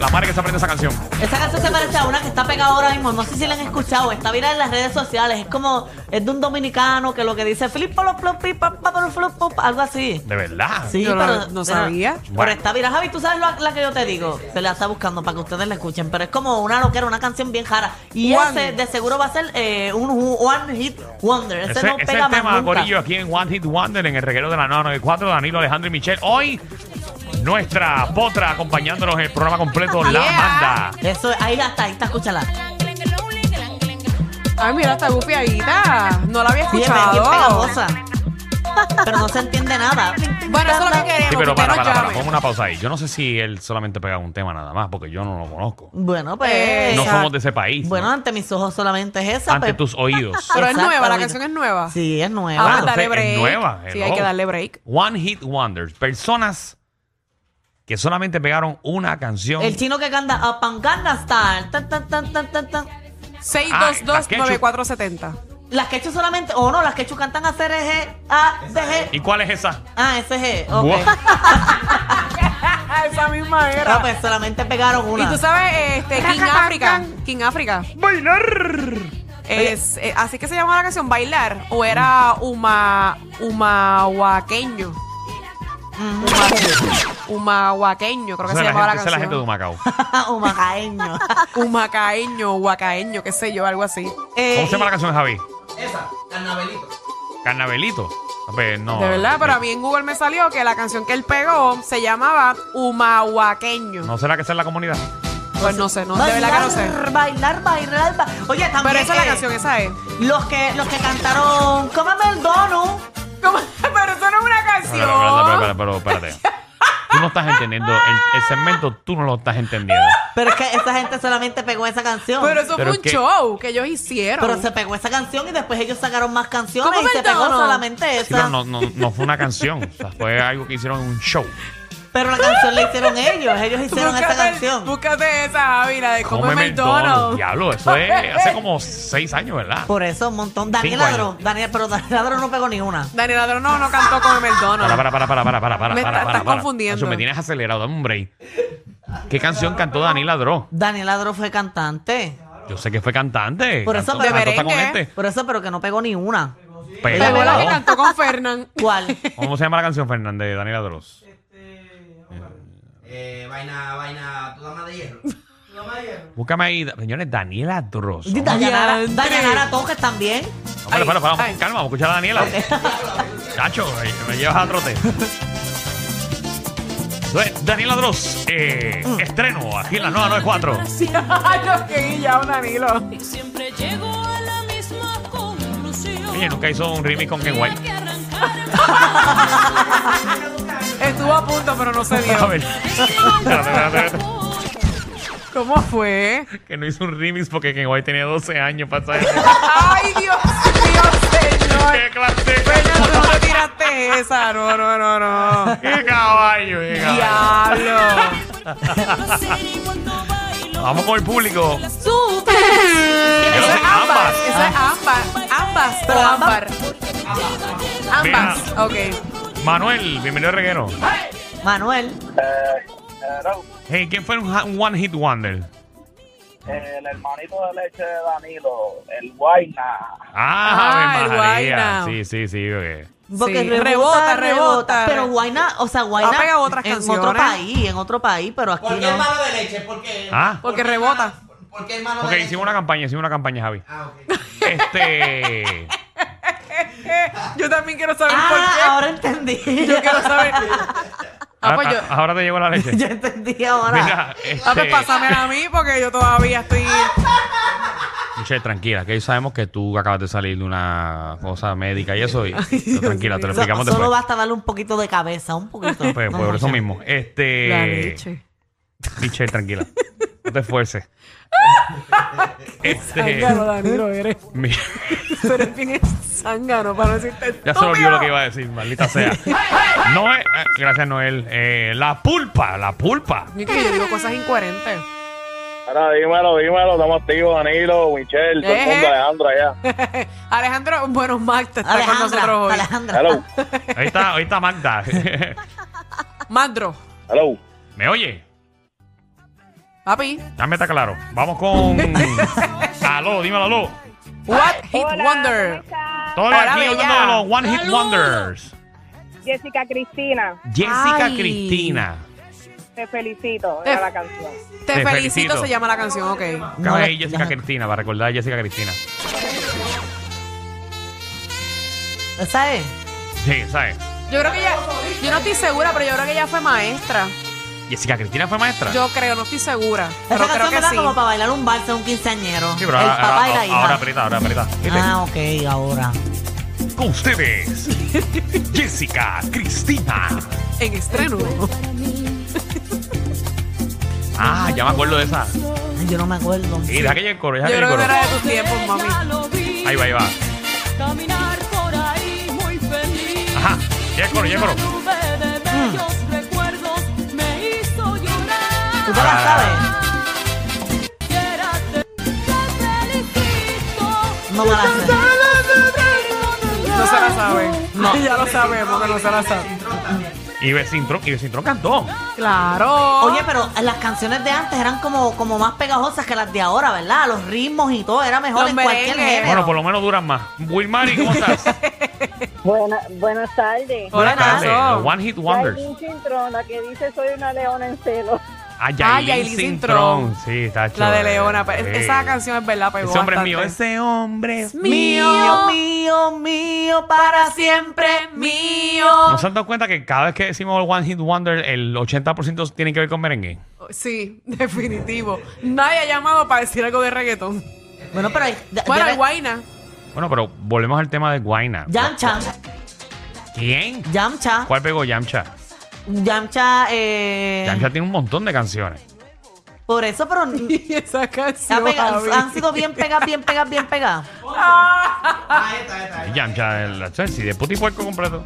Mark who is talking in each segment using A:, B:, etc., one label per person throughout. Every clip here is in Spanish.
A: La madre que se aprende esa canción.
B: Esa canción se parece a una que está pegada ahora mismo. No sé si la han escuchado. Está viral en las redes sociales. Es como. Es de un dominicano que lo que dice. Flip, polo, flop, pi, pa, pa, polo, flop, pop", algo así.
A: De verdad.
B: Sí,
C: Yo no-
B: pero.
C: no
B: pero-
C: sabía.
B: Pero,
A: Bueno.
B: está viral. Javi, tú sabes lo- la que yo te digo. Se la está buscando para que ustedes la escuchen. Pero es como una loquera, una canción bien jara. Y
C: One.
B: ese de seguro va a ser eh, un ju- One Hit Wonder. Ese,
A: Ese,
B: no
A: ese es
B: pega
A: el
B: más.
A: tema,
B: nunca.
A: Corillo, aquí en One Hit Wonder, en el reguero de la 994, Danilo, Alejandro y Michelle. Hoy, nuestra potra acompañándonos en el programa completo, La
C: Ah, Yeah.
A: Manda.
B: Eso, ahí la está, ahí está, escúchala.
C: Ay, mira, está gufiadita. No la había
B: Bien, bien
C: escuchado.
B: pegajosa. Pero no se entiende nada.
C: Bueno, eso es lo que queremos.
A: Sí, pero
C: que
A: para,
C: nos
A: para, para,
C: llamen.
A: pon una pausa ahí. Yo no sé si él solamente pega un tema nada más, porque yo no lo conozco.
B: Bueno, pues.
C: Eh,
A: No
C: Exacto.
A: somos de ese país.
B: Bueno,
A: ¿no?
B: ante mis ojos solamente es esa.
A: ante
B: pero-
A: tus oídos.
C: Pero es
B: Exacto,
C: nueva, la
B: Danilo.
C: canción es nueva.
B: Sí, es nueva.
C: Vamos a
A: Claro,
C: darle
A: o sea, es
C: break.
A: nueva,
C: Sí,
A: hello.
C: hay que darle break.
A: One Hit Wonders. Personas que solamente pegaron una canción.
B: El chino que canta Up and Gangnam Style. Tan, tan, tan, tan, tan, tan.
A: las que
C: 622-9470.
B: Las que he hecho solamente. O no, las que he hecho cantan a G, A, D, G.
A: ¿Y cuál es esa?
B: Ah, ese G. Ok.
A: Wow.
C: Esa misma
B: No,
C: era.
B: pues solamente pegaron
C: Y
B: una.
C: tú sabes, este, King África. King África.
A: Bailar.
C: Es, eh, así que se llamaba la canción Bailar. O era Uma. Umahuaqueño. Uma- Umahuaqueño, creo que
A: Esa
C: se
A: es
C: llamaba
A: la
C: la
A: gente- esa es la gente de
C: canción.
A: Macao.
B: Humacaeño.
C: Humacaeño, huacaeño, qué sé yo, algo así.
A: ¿Cómo
B: Eh,
A: se llama la canción, Javi?
D: Esa, Carnavelito.
A: Carnavelito. Ah, pues, no.
C: De verdad, pero
A: no,
C: a mí en Google me salió que la canción que él pegó se llamaba Humahuaqueño.
A: ¿No será que sea en la comunidad?
C: Pues no sé, no, de verdad que
B: Bailar,
C: no sé.
B: bailar, bailar, ba- Oye, también.
C: Pero esa es la
B: eh,
C: canción, esa es.
B: Los que, los que cantaron Cómame el donut.
C: ¿Cómo? Pero eso no es una canción.
A: Pero, pero, pero, pero, pero, espérate. Tú no estás entendiendo. El, el segmento tú no lo estás entendiendo.
B: Pero es que esa gente solamente pegó esa canción.
C: Pero eso
A: Pero
C: fue un
A: que-
C: show que ellos hicieron.
B: Pero se pegó esa canción y después ellos sacaron más canciones
C: ¿Cómo
B: y se
C: verdad
B: pegó
C: o no?
B: solamente
A: Sí, pero
B: esa.
A: no, no, no fue una canción. O sea, fue algo que hicieron en un show.
B: Pero la canción la hicieron ellos, ellos hicieron esa
C: Búscate-
B: canción.
C: Búscate esa, Javi, la de Cómeme el Dono.
A: Diablo, eso es hace como seis años, ¿verdad?
B: Por eso un montón. Daniel
A: Cinco años.
B: Ladrón, Daniel, pero Daniel Ladrón no pegó ni una.
C: Daniel Ladrón no, no cantó Cómeme el Dono.
A: Para, para, para, para, para, para, para,
C: Me
A: para,
C: estás-
A: para,
C: estás
A: para.
C: confundiendo.
A: Nacho, me tienes acelerado, dame un break. ¿Qué canción cantó Daniela Dro?
B: Daniel Ladrón fue cantante.
A: Yo sé que fue cantante.
B: Por eso,
A: Cantó-
B: pero-
A: cantó hasta con
C: merengue.
A: este.
B: Por eso, pero que no pegó ni una.
A: Pero-
C: Pegó la que
B: Pegó.
C: cantó con Fernán.
B: ¿Cuál?
A: ¿Cómo se llama la canción, Fernández, de Daniela Dross?
D: Eh, vaina, vaina, tu dama de hierro. Tu dama de hierro.
A: Búscame ahí, da- señores, Daniela Dross. Vamos,
B: Dayanara,
C: Diantre.
B: Dayanara Toques también.
A: vamos,
C: Ay,
A: para, para,
C: ay.
A: calma, vamos a escuchar a Daniela. Chacho, eh, me llevas a trote. Entonces, Daniela Dross, eh, estreno aquí en la nueva 94.
C: Ay, los que guillao, Danilo.
E: Y siempre llego a la misma conclusión.
A: Oye, nunca hizo un remix con Ken
E: Hay
A: White.
E: que arrancar el
C: Estuvo a punto, pero no se
A: A
C: dio.
A: ver. Espérate, espérate, espérate.
E: corazón.
C: ¿Cómo fue?
A: Que no hizo un remix porque Ken White tenía 12 años para saber.
C: Ay, Dios mío, señor.
A: ¡Qué clase!
C: Peña, tú no te tiraste esa. No, no, no, no.
A: ¡Qué caballo! ¡Qué caballo!
C: Diablo.
E: No sé ni cuánto bailo.
A: Vamos con el público.
C: Eso
A: Yo
C: es
A: soy
C: ámbar.
A: ambas.
C: Eso es ámbar. Ambas o
B: Pero
C: ámbar.
A: Mira.
C: Ambas. Ok.
A: Manuel, bienvenido a Reguero.
B: Manuel.
F: Eh, hello.
A: Hey, ¿quién fue un, ha- un One Hit Wonder?
F: el hermanito de leche de Danilo, el Guayna.
A: Ah,
C: Ah,
A: Ave
C: el
A: María.
C: Guayna.
A: Sí, sí, sí. bebé.
B: Porque
C: Sí.
B: rebota, rebota,
C: Rebota, rebota.
B: Pero Guayna, o sea, Guayna.
C: Ha pegado otras
B: en otro
C: canciones.
B: país, en otro país, pero aquí
D: ¿Por qué
B: no.
D: hermano de leche? ¿Por qué?
A: Ah,
C: Porque rebota.
D: ¿Por qué hermano de
A: porque
D: leche?
A: hicimos una campaña, hicimos una campaña, Javi.
D: Ah, ok.
A: Este.
C: Ah, Eh, Yo también quiero saber por
B: Ah,
C: qué.
B: ahora entendí.
C: Yo quiero saber. Ah, pues
A: ahora,
C: yo.
A: a- ahora te llegó la leche.
B: Yo entendí ahora.
A: Mira, este,
C: Ah, pues pásamela a mí porque yo todavía estoy.
A: Michelle, tranquila, que sabemos que tú acabas de salir de una cosa médica y eso. Y, pero tranquila, te lo
B: O sea,
A: explicamos
B: solo
A: después.
B: basta darle un poquito de cabeza, un poquito.
A: Pues, pues,
B: No,
A: por
B: no,
A: eso
B: ya.
A: mismo. Este.
C: La leche.
A: Michelle, tranquila. No te esfuerces. este.
C: Zángano, Danilo, eres.
A: mi-
C: Tú eres bien zángano para no decirte.
A: ya se me olvidó
C: estúpido.
A: lo que iba a decir, maldita sea. Noel, eh, gracias, Noel. Eh, la pulpa, la pulpa.
C: Yo que yo digo cosas incoherentes.
F: Ahora dímelo, dímelo, estamos activos, Danilo, Michelle, todo el
C: Ejé.
F: mundo, Alejandro allá.
C: Alejandro, bueno, Magda está con
B: Alejandra,
C: nosotros hoy.
B: Alejandra.
F: Hello,
A: Ahí está, ahí está Magda.
C: Mandro.
F: hello.
A: ¿Me oye?
C: Papi.
A: Ya me está claro. Vamos con. Aló, dímelo, Aló.
C: What Hit
G: Hola,
C: Wonder.
G: ¿cómo estás?
A: Todo
C: Hola,
A: aquí
C: bella.
A: hablando de los One Hit
E: Saludos.
A: Wonders.
G: Jessica Cristina,
A: Jessica
C: Ay.
A: Cristina.
G: te felicito,
C: Eh.
G: era la canción.
C: Te,
A: Te
C: felicito,
A: felicito.
C: se llama la canción, ok.
A: Cabe
B: la-
A: ahí Jessica
B: la-
A: Cristina, para recordar a Jessica Cristina.
B: ¿Esa es?
A: Sí, ¿sabes?
C: Yo creo que ella, yo no estoy segura, pero yo creo que ella fue maestra.
A: Jessica Cristina fue maestra.
C: Yo creo, no estoy segura. Pero
B: Esa
C: creo
B: canción
C: que
B: era
C: sí.
B: como para bailar un vals a un quinceañero.
A: sí, pero
B: el
A: ahora,
B: papá
A: ahora,
B: y la hija.
A: ahora aprieta, ahora aprieta. ¿Viste?
B: ah, ok, ahora.
A: Con ustedes, Jessica Cristina.
C: En estreno.
A: Ah, ya me acuerdo de esa.
B: Ay, yo no me acuerdo.
A: Y deja que llegue el coro,
C: Yo
A: deja que llegue
C: creo
A: el
C: que
A: coro.
C: era de tus tiempos, mami.
E: Ya lo vi
A: Ahí va, ahí va.
E: Caminar por ahí muy feliz.
A: Ajá, llega el coro, llega el
E: Una
A: coro.
E: nube de bellos recuerdos me hizo
B: ¿Tú
E: llorar.
B: te la sabes?
E: Quiera te- te felicito.
B: No me la sé.
C: No se la sabe. No. ya lo sabemos que no se la sabe.
A: Y Besintron, y Besintron cantó.
C: Claro.
B: Oye, pero las canciones de antes eran como, como más pegajosas que las de ahora, ¿verdad? Los ritmos y todo, era mejor
C: Los
B: en cualquier
C: merengues.
B: género.
A: Bueno, por lo menos duran más. Wilmary, ¿cómo estás?
H: Buena- buenas tardes.
C: Hola,
A: Buenas tardes.
C: Nazo.
A: los One Hit Wonders.
H: Yailin Cintrona, que dice soy una leona en celo.
A: Ah,
C: Ah,
A: Yailin
C: Yailin
A: Cintrón.
C: Cintrón.
A: Sí, está chulo.
C: La de Leona. pero
A: Sí.
C: Esa canción es verdad, pegó
A: Ese hombre es
C: bastante.
A: mío, ese hombre es
B: Mío, mío, mío, para siempre mío.
A: ¿No se han dado cuenta que cada vez que decimos One Hit Wonder, el 80% tiene que ver con merengue?
C: Sí, definitivo. Nadie ha llamado para decir algo de reggaetón.
B: Bueno, pero hay. de-
C: Bueno,
B: debe-
C: el Guayna.
A: Bueno, pero volvemos al tema de Guayna.
B: Yamcha,
A: ¿Quién?
B: Yamcha,
A: ¿Cuál pegó Yamcha?
B: Yamcha, eh.
A: Yamcha tiene un montón de canciones.
B: Por eso, pero n-
C: Y esa
B: se ha
C: canción.
B: pega-
C: Javi.
B: han sido bien pegadas, bien pegadas, bien pegadas.
D: Ah, esta, esta, esta.
A: Yamcha, el Chelsea, de puto y puerco completo.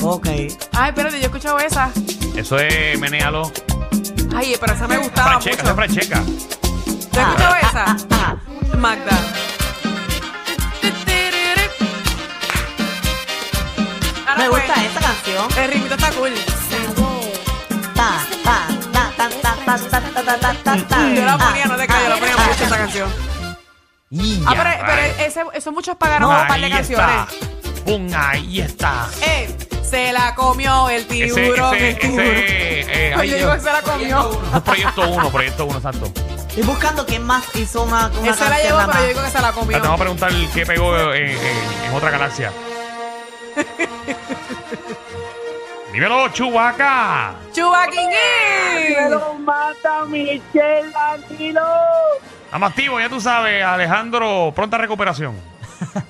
B: Ok.
C: Ay, espérate, yo he escuchado esa.
A: Eso es menealo.
C: Ay, pero esa me gustaba
A: Fracheca, eso es
C: mucho.
A: fracheca.
C: Ah, ¿Tú has escuchado esa?
B: Ah,
C: Magda. Ahora
B: me
C: pues,
B: gusta esa canción.
C: El ritmito está cool.
B: Ta, ta, ta, ta, ta, ta, ta, ta, ta, ta, ta, ta.
C: Yo la ponía, no te calles, yo la ponía
B: Ah,
C: mucho esa canción.
A: Y
C: Ah,
A: ya,
C: pero,
A: vale.
C: pero ese, esos muchos pagaron un par de
A: Ahí
C: canciones.
A: está. Pum, ahí está.
C: Eh, se la comió el tiburón.
A: ese,
C: el tiburón.
A: ese, eh,
C: Pues
A: ay,
C: yo digo
A: Dios.
C: que se la comió.
A: Eso es proyecto 1, proyecto 1, exacto.
B: Estoy buscando quién más hizo una, una
C: Él se la
B: canción
C: llevó,
B: nada
C: pero yo
B: más.
C: digo que se la
A: Ya
C: comió.
A: Te vamos a preguntar qué pegó eh, en, en otra galaxia. Dímelo, Chubaca.
C: ¡Chubaquín!
G: Pero mata Michelle Danilo.
A: Amativo, ya tú sabes, Alejandro, pronta recuperación.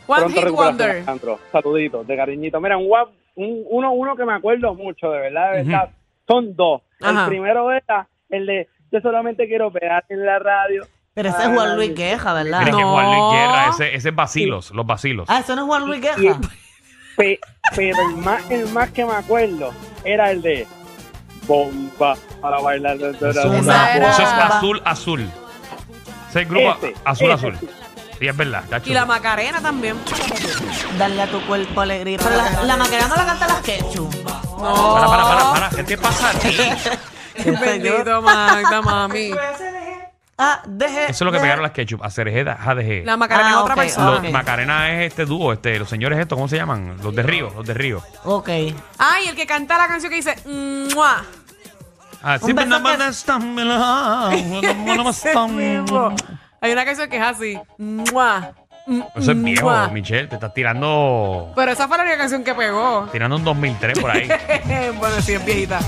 C: One
F: Pronto
C: Hit
F: recuperación,
C: Wonder.
F: Alejandro. Saluditos, de cariñito. Mira, un guap- un- uno, uno que me acuerdo mucho, de verdad, de verdad. Son dos.
C: Ajá.
F: El primero era el de Yo solamente quiero pegar en la radio.
B: Pero ese es Juan Luis Guerra, ¿verdad?
A: Mira que
C: No.
A: Juan Luis Guerra, ese, ese es Basilos, los Basilos.
B: Ah, eso no es Juan Luis
F: Y-
B: Guerra.
F: pe- pero el más, el más que me acuerdo era el de Bomba para bailar.
A: Eso
C: Esa
A: es
C: era-
A: azul, azul. Ese es el grupo
F: Ese,
A: azul,
F: ese.
A: azul. Sí, es verdad. está
C: Y
A: chulo.
C: la Macarena también.
B: Dale a tu cuerpo alegría. Pero la, la Macarena no la canta las Quechu.
C: No.
A: Para, para, para, para. ¿Qué te pasa a ti?
C: Oh, Bendito Magda, mami.
B: Ah, deje.
A: Eso es lo que
B: deje-
A: pegaron las ketchup. A Cerejeda, JDG.
C: La Macarena
B: Ah,
C: es otra
B: ok,
A: Los
C: persona.
B: ok.
A: Macarena es este dúo, este, los señores estos, ¿cómo se llaman? Los de Río, los de Río.
B: Ok.
C: Ay, el que canta la canción que dice ¡Mua!
A: Ah,
B: Un beso que-
A: están en la- no me están-
C: Hay una canción que es así. ¡Mua! mm,
A: Eso es viejo,
C: mua. Pues-
A: Michelle. Te estás tirando.
C: Pero esa fue la única canción que pegó.
A: Tirando un 2003 por ahí.
C: bueno, sí, es viejita.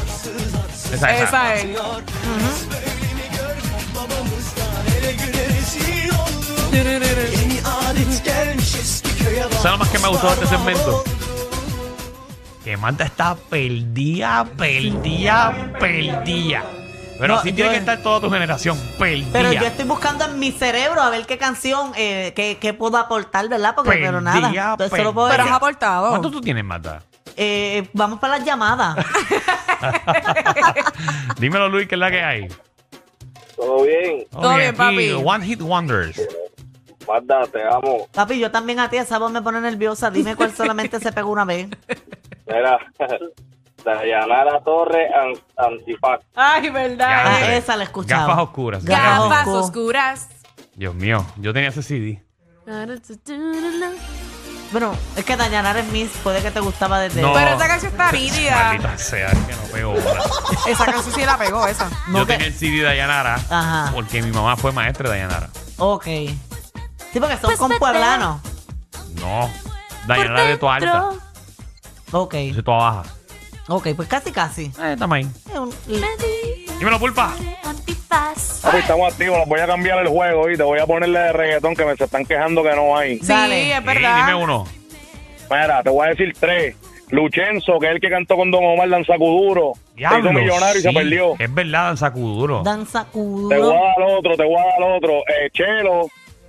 A: Esa, esa.
C: Esa es.
A: Eso es lo más que me gustó de este segmento. Que Manta está perdida, perdida, perdida. Pero
B: No,
A: sí
B: yo-
A: tiene que estar toda tu generación perdida.
B: Pero yo estoy buscando en mi cerebro a ver qué canción, eh, qué, qué puedo aportar, ¿verdad? Porque, pero nada.
A: Perdida,
B: Entonces, solo puedo
C: Pero has
B: decir,
A: ¿Cuánto
C: aportado.
A: tú tienes, Manta?
B: eh, vamos para las llamadas.
A: Dímelo, Luis, ¿qué es la que hay?
F: Todo bien.
C: Todo bien,
A: aquí,
C: papi.
A: One Hit Wonders.
F: Manda, te amo.
B: Papi, yo también a ti, esa voz me pone nerviosa. Dime cuál solamente se pegó una vez.
F: Mira, Dayanara Torres An- Antifax.
C: Ay, verdad.
A: Ya,
B: Ah,
A: eh.
B: esa la he escuchado.
A: Gafas oscuras.
B: Gafas.
A: Gafas.
C: Gafas
B: Ojo.
C: oscuras.
A: Dios mío, yo tenía ese CD.
B: Bueno, es que Dayanara es Miss, puede que te gustaba desde...
A: No.
C: Pero esa canción está nítida.
A: Maldita sea, es que no pego una.
C: Esa canción sí la pegó, esa.
B: No
A: yo
B: que-
A: tenía el CD de Dayanara
B: Ajá.
A: porque mi mamá fue maestra de Dayanara.
B: Ok. Sí, porque
C: Pues
B: son con pueblanos.
A: No, Dayanara de tu alta,
B: Ok,
A: yo soy tu baja.
B: ok, pues casi casi.
A: Eh, también.
B: Es un- l-
A: Dímelo, pulpa.
F: Papi, Ah, pues estamos activos, los voy a cambiar el juego y te voy a ponerle de reggaetón que me se están quejando que no hay.
C: Sí,
B: Dale.
C: es
A: Ey,
C: verdad.
A: dime uno.
F: Mira, te voy a decir tres. Luchenzo, que es el que cantó con Don Omar Danzacuduro. Se hizo
A: Diablo,
F: millonario y se
A: sí,
F: perdió.
A: Es verdad, Dan Sacuduro.
B: Danza
F: Te voy a
B: cuduro.
F: dar otro, te voy a dar otro. Eh, Chelo,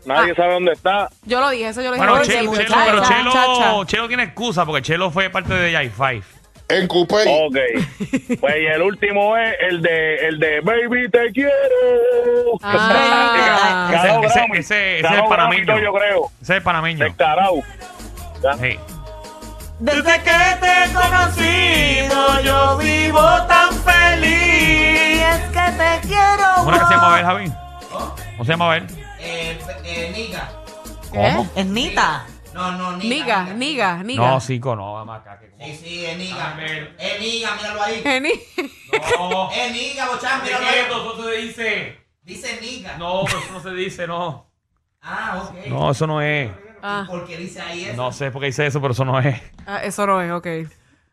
F: nadie
C: Ah.
F: sabe dónde está.
C: Yo lo dije, eso yo lo dije.
A: Bueno,
C: por
B: Che-
A: Chelo,
C: Facebook,
A: Chelo,
B: muchacha,
A: pero
C: cha,
A: Chelo,
C: cha, cha.
A: Chelo tiene excusa porque Chelo fue parte de Jai Five.
I: En Coupé.
F: Ok. Pues y el último es el de, el de Baby Te Quiero.
C: Ah.
F: Que ganó
A: Ese- ese-
F: Grammy.
A: ese- ese
F: Ganó
A: es el
F: Grammy,
A: panameño.
F: Yo creo.
A: Ese es el panameño.
F: De Carau.
A: Hey.
B: Desde que te conocí, no, yo vivo tan feliz. Es que te quiero.
A: ¿Una que se llama
B: más.
A: Abel, Javi? ¿Cómo se llama Abel?
D: Eh, eh, Niga.
A: ¿Cómo?
B: Es Nita.
D: No, no,
C: ¿Eh?
D: Niga.
C: Niga, niga, niga.
A: No, cinco, no, vamos acá. Que
D: Sí, sí, es
A: Ah,
D: Niga. Es Niga, míralo ahí.
C: Jenny.
A: No,
D: Es Niga, Bochán, míralo ahí.
A: eso se dice.
D: Dice Niga.
A: No, eso no se dice, no.
D: Ah, ok.
A: No, eso no es.
C: Ah,
D: ¿Por qué dice ahí eso?
A: No sé por qué dice eso, pero eso no es.
C: ah, eso no es, ok.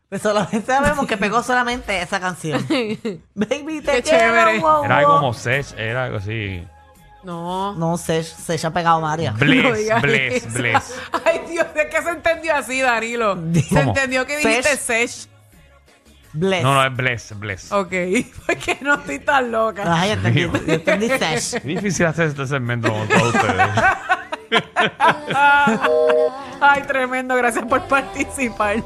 B: Pues solamente sabemos que pegó solamente esa canción. Baby, te quiero.
C: Qué chévere.
B: wow,
A: Era
B: wow.
A: algo como Sech, era algo así.
C: No.
B: No, se, se ha pegado María.
C: No
A: Bless,
C: digas
A: bless,
C: eso.
A: bless.
C: Ay, Dios, ¿de qué se entendió así, Danilo? Se
A: ¿Cómo?
C: entendió que dijiste sesh.
B: Bless.
A: No, no, es bless, bless.
C: Ok, porque no estoy tan loca.
B: Ay, entendí, entendí sesh.
A: Es difícil hacer este segmento con todos ustedes.
C: Ah. Ay, tremendo, gracias por participar.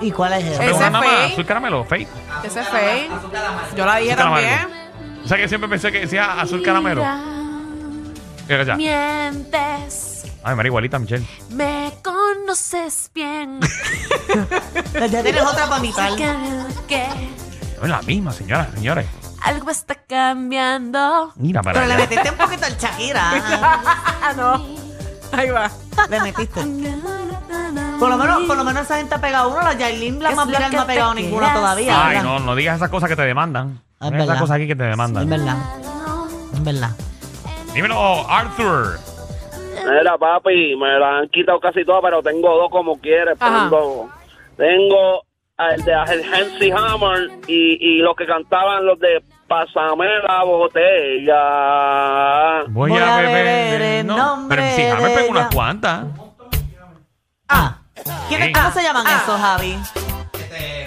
B: ¿Y cuál es
A: Pero
C: Ese
A: una
B: ese?
C: es
A: nada más,
C: fake.
A: azul caramelo, fake.
C: Ese es fake. Yo la dije
A: Azúcar
C: también.
A: amargo. O sea que siempre pensé que decía azul caramelo. Mira
C: Ah.
A: ya.
E: Mientes,
A: Ay, María, igualita, Michelle.
E: me conoces bien.
B: Ya tienes otra para mitad.
E: Creo que
A: Es la misma, señoras, señores.
E: algo está cambiando.
A: Mira para
B: Pero le
A: allá.
B: metiste un poquito al Shakira. ajá.
C: Ah, no. Ahí va.
B: Le metiste. Por lo menos, por lo menos esa gente ha pegado uno. La Yailin, la
E: Es
B: más
E: lo
B: viral,
E: que
B: no ha
E: te
B: pegado ninguna
E: quedas.
B: todavía.
A: Ay,
B: ¿verdad?
A: no, no digas esas cosas que te demandan.
B: Es
A: No digas esas
B: verdad.
A: cosas aquí que te
B: Es
A: demandan.
B: verdad, es verdad.
A: Dímelo, Arthur.
F: Mira, papi, me la han quitado casi todas, pero tengo dos como quieres.
C: Ajá.
F: Tengo, tengo el de el Hemsy Hammer y, y los que cantaban los de Pásame la botella.
A: Voy, a, beber el nombre. Pero si Hammer
B: de
A: pegó
B: ella.
A: unas cuantas.
B: Ah, ¿quiénes,
A: Sí.
B: ¿cómo se llaman
C: Ah.
B: esos, Javi?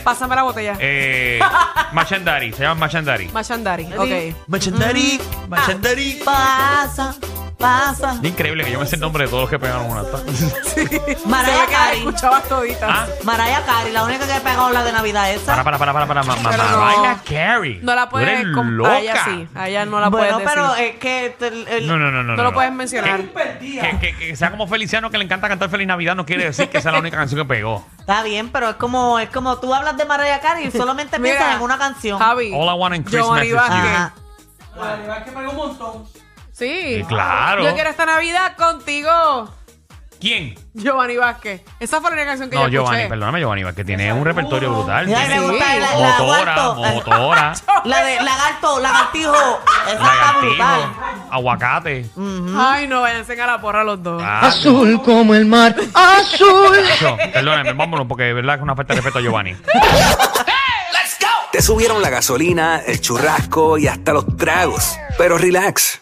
C: Pásame la botella.
A: Eh, Machandari, se llama Machandari.
C: Machandari, ok.
A: Machandari, Machandari.
B: Pasa, pasa.
A: Increíble que yo me sé el nombre de todos los que pegaron una.
C: Se ve
B: Mariah
C: que la
B: Carey.
C: escuchabas toditas.
A: ah,
B: Mariah Carey, la única que ha pegado la de Navidad
A: para,
B: esa.
A: para, para, para, para, mamá.
C: Pero no.
A: Mariah Carey.
C: No la
A: Tú eres
C: puedes com-
A: loca.
C: A ella sí, a ella no la
B: bueno,
C: puedes
B: pero
C: decir.
B: es que este, el- el-
A: No, no, no, no. Eh,
C: no lo puedes mencionar.
A: Que, que- que sea como Feliciano que le encanta cantar Feliz Navidad no quiere decir que esa es la única canción que pegó.
B: está bien, pero es como es como tú hablas de Mariah Carey y solamente
C: Mira,
B: piensas en una canción.
C: Javi.
A: All I want in Christmas
C: Giovanni
A: is
C: Vázquez.
A: you.
B: Ajá.
C: Sí.
A: Eh, claro.
C: Yo quiero esta Navidad contigo,
A: ¿Quién?
C: Giovanni Vázquez. Esa fue la única canción que
A: No,
C: yo
A: Giovanni,
C: escuché.
A: perdóname, Giovanni, que tiene un repertorio brutal.
B: Mira,
A: Tiene
B: me gusta la- la
A: motora,
B: Guarto.
A: motora,
B: La de lagarto, lagartijo. Esa está brutal.
A: lagartijo, aguacate.
C: Ay, no, váyanse a la porra los dos.
A: Azul como el mar, azul. Perdóname, vámonos, porque de verdad que es una falta de respeto a Giovanni.
J: Te subieron la gasolina, el churrasco y hasta los tragos. Pero relax,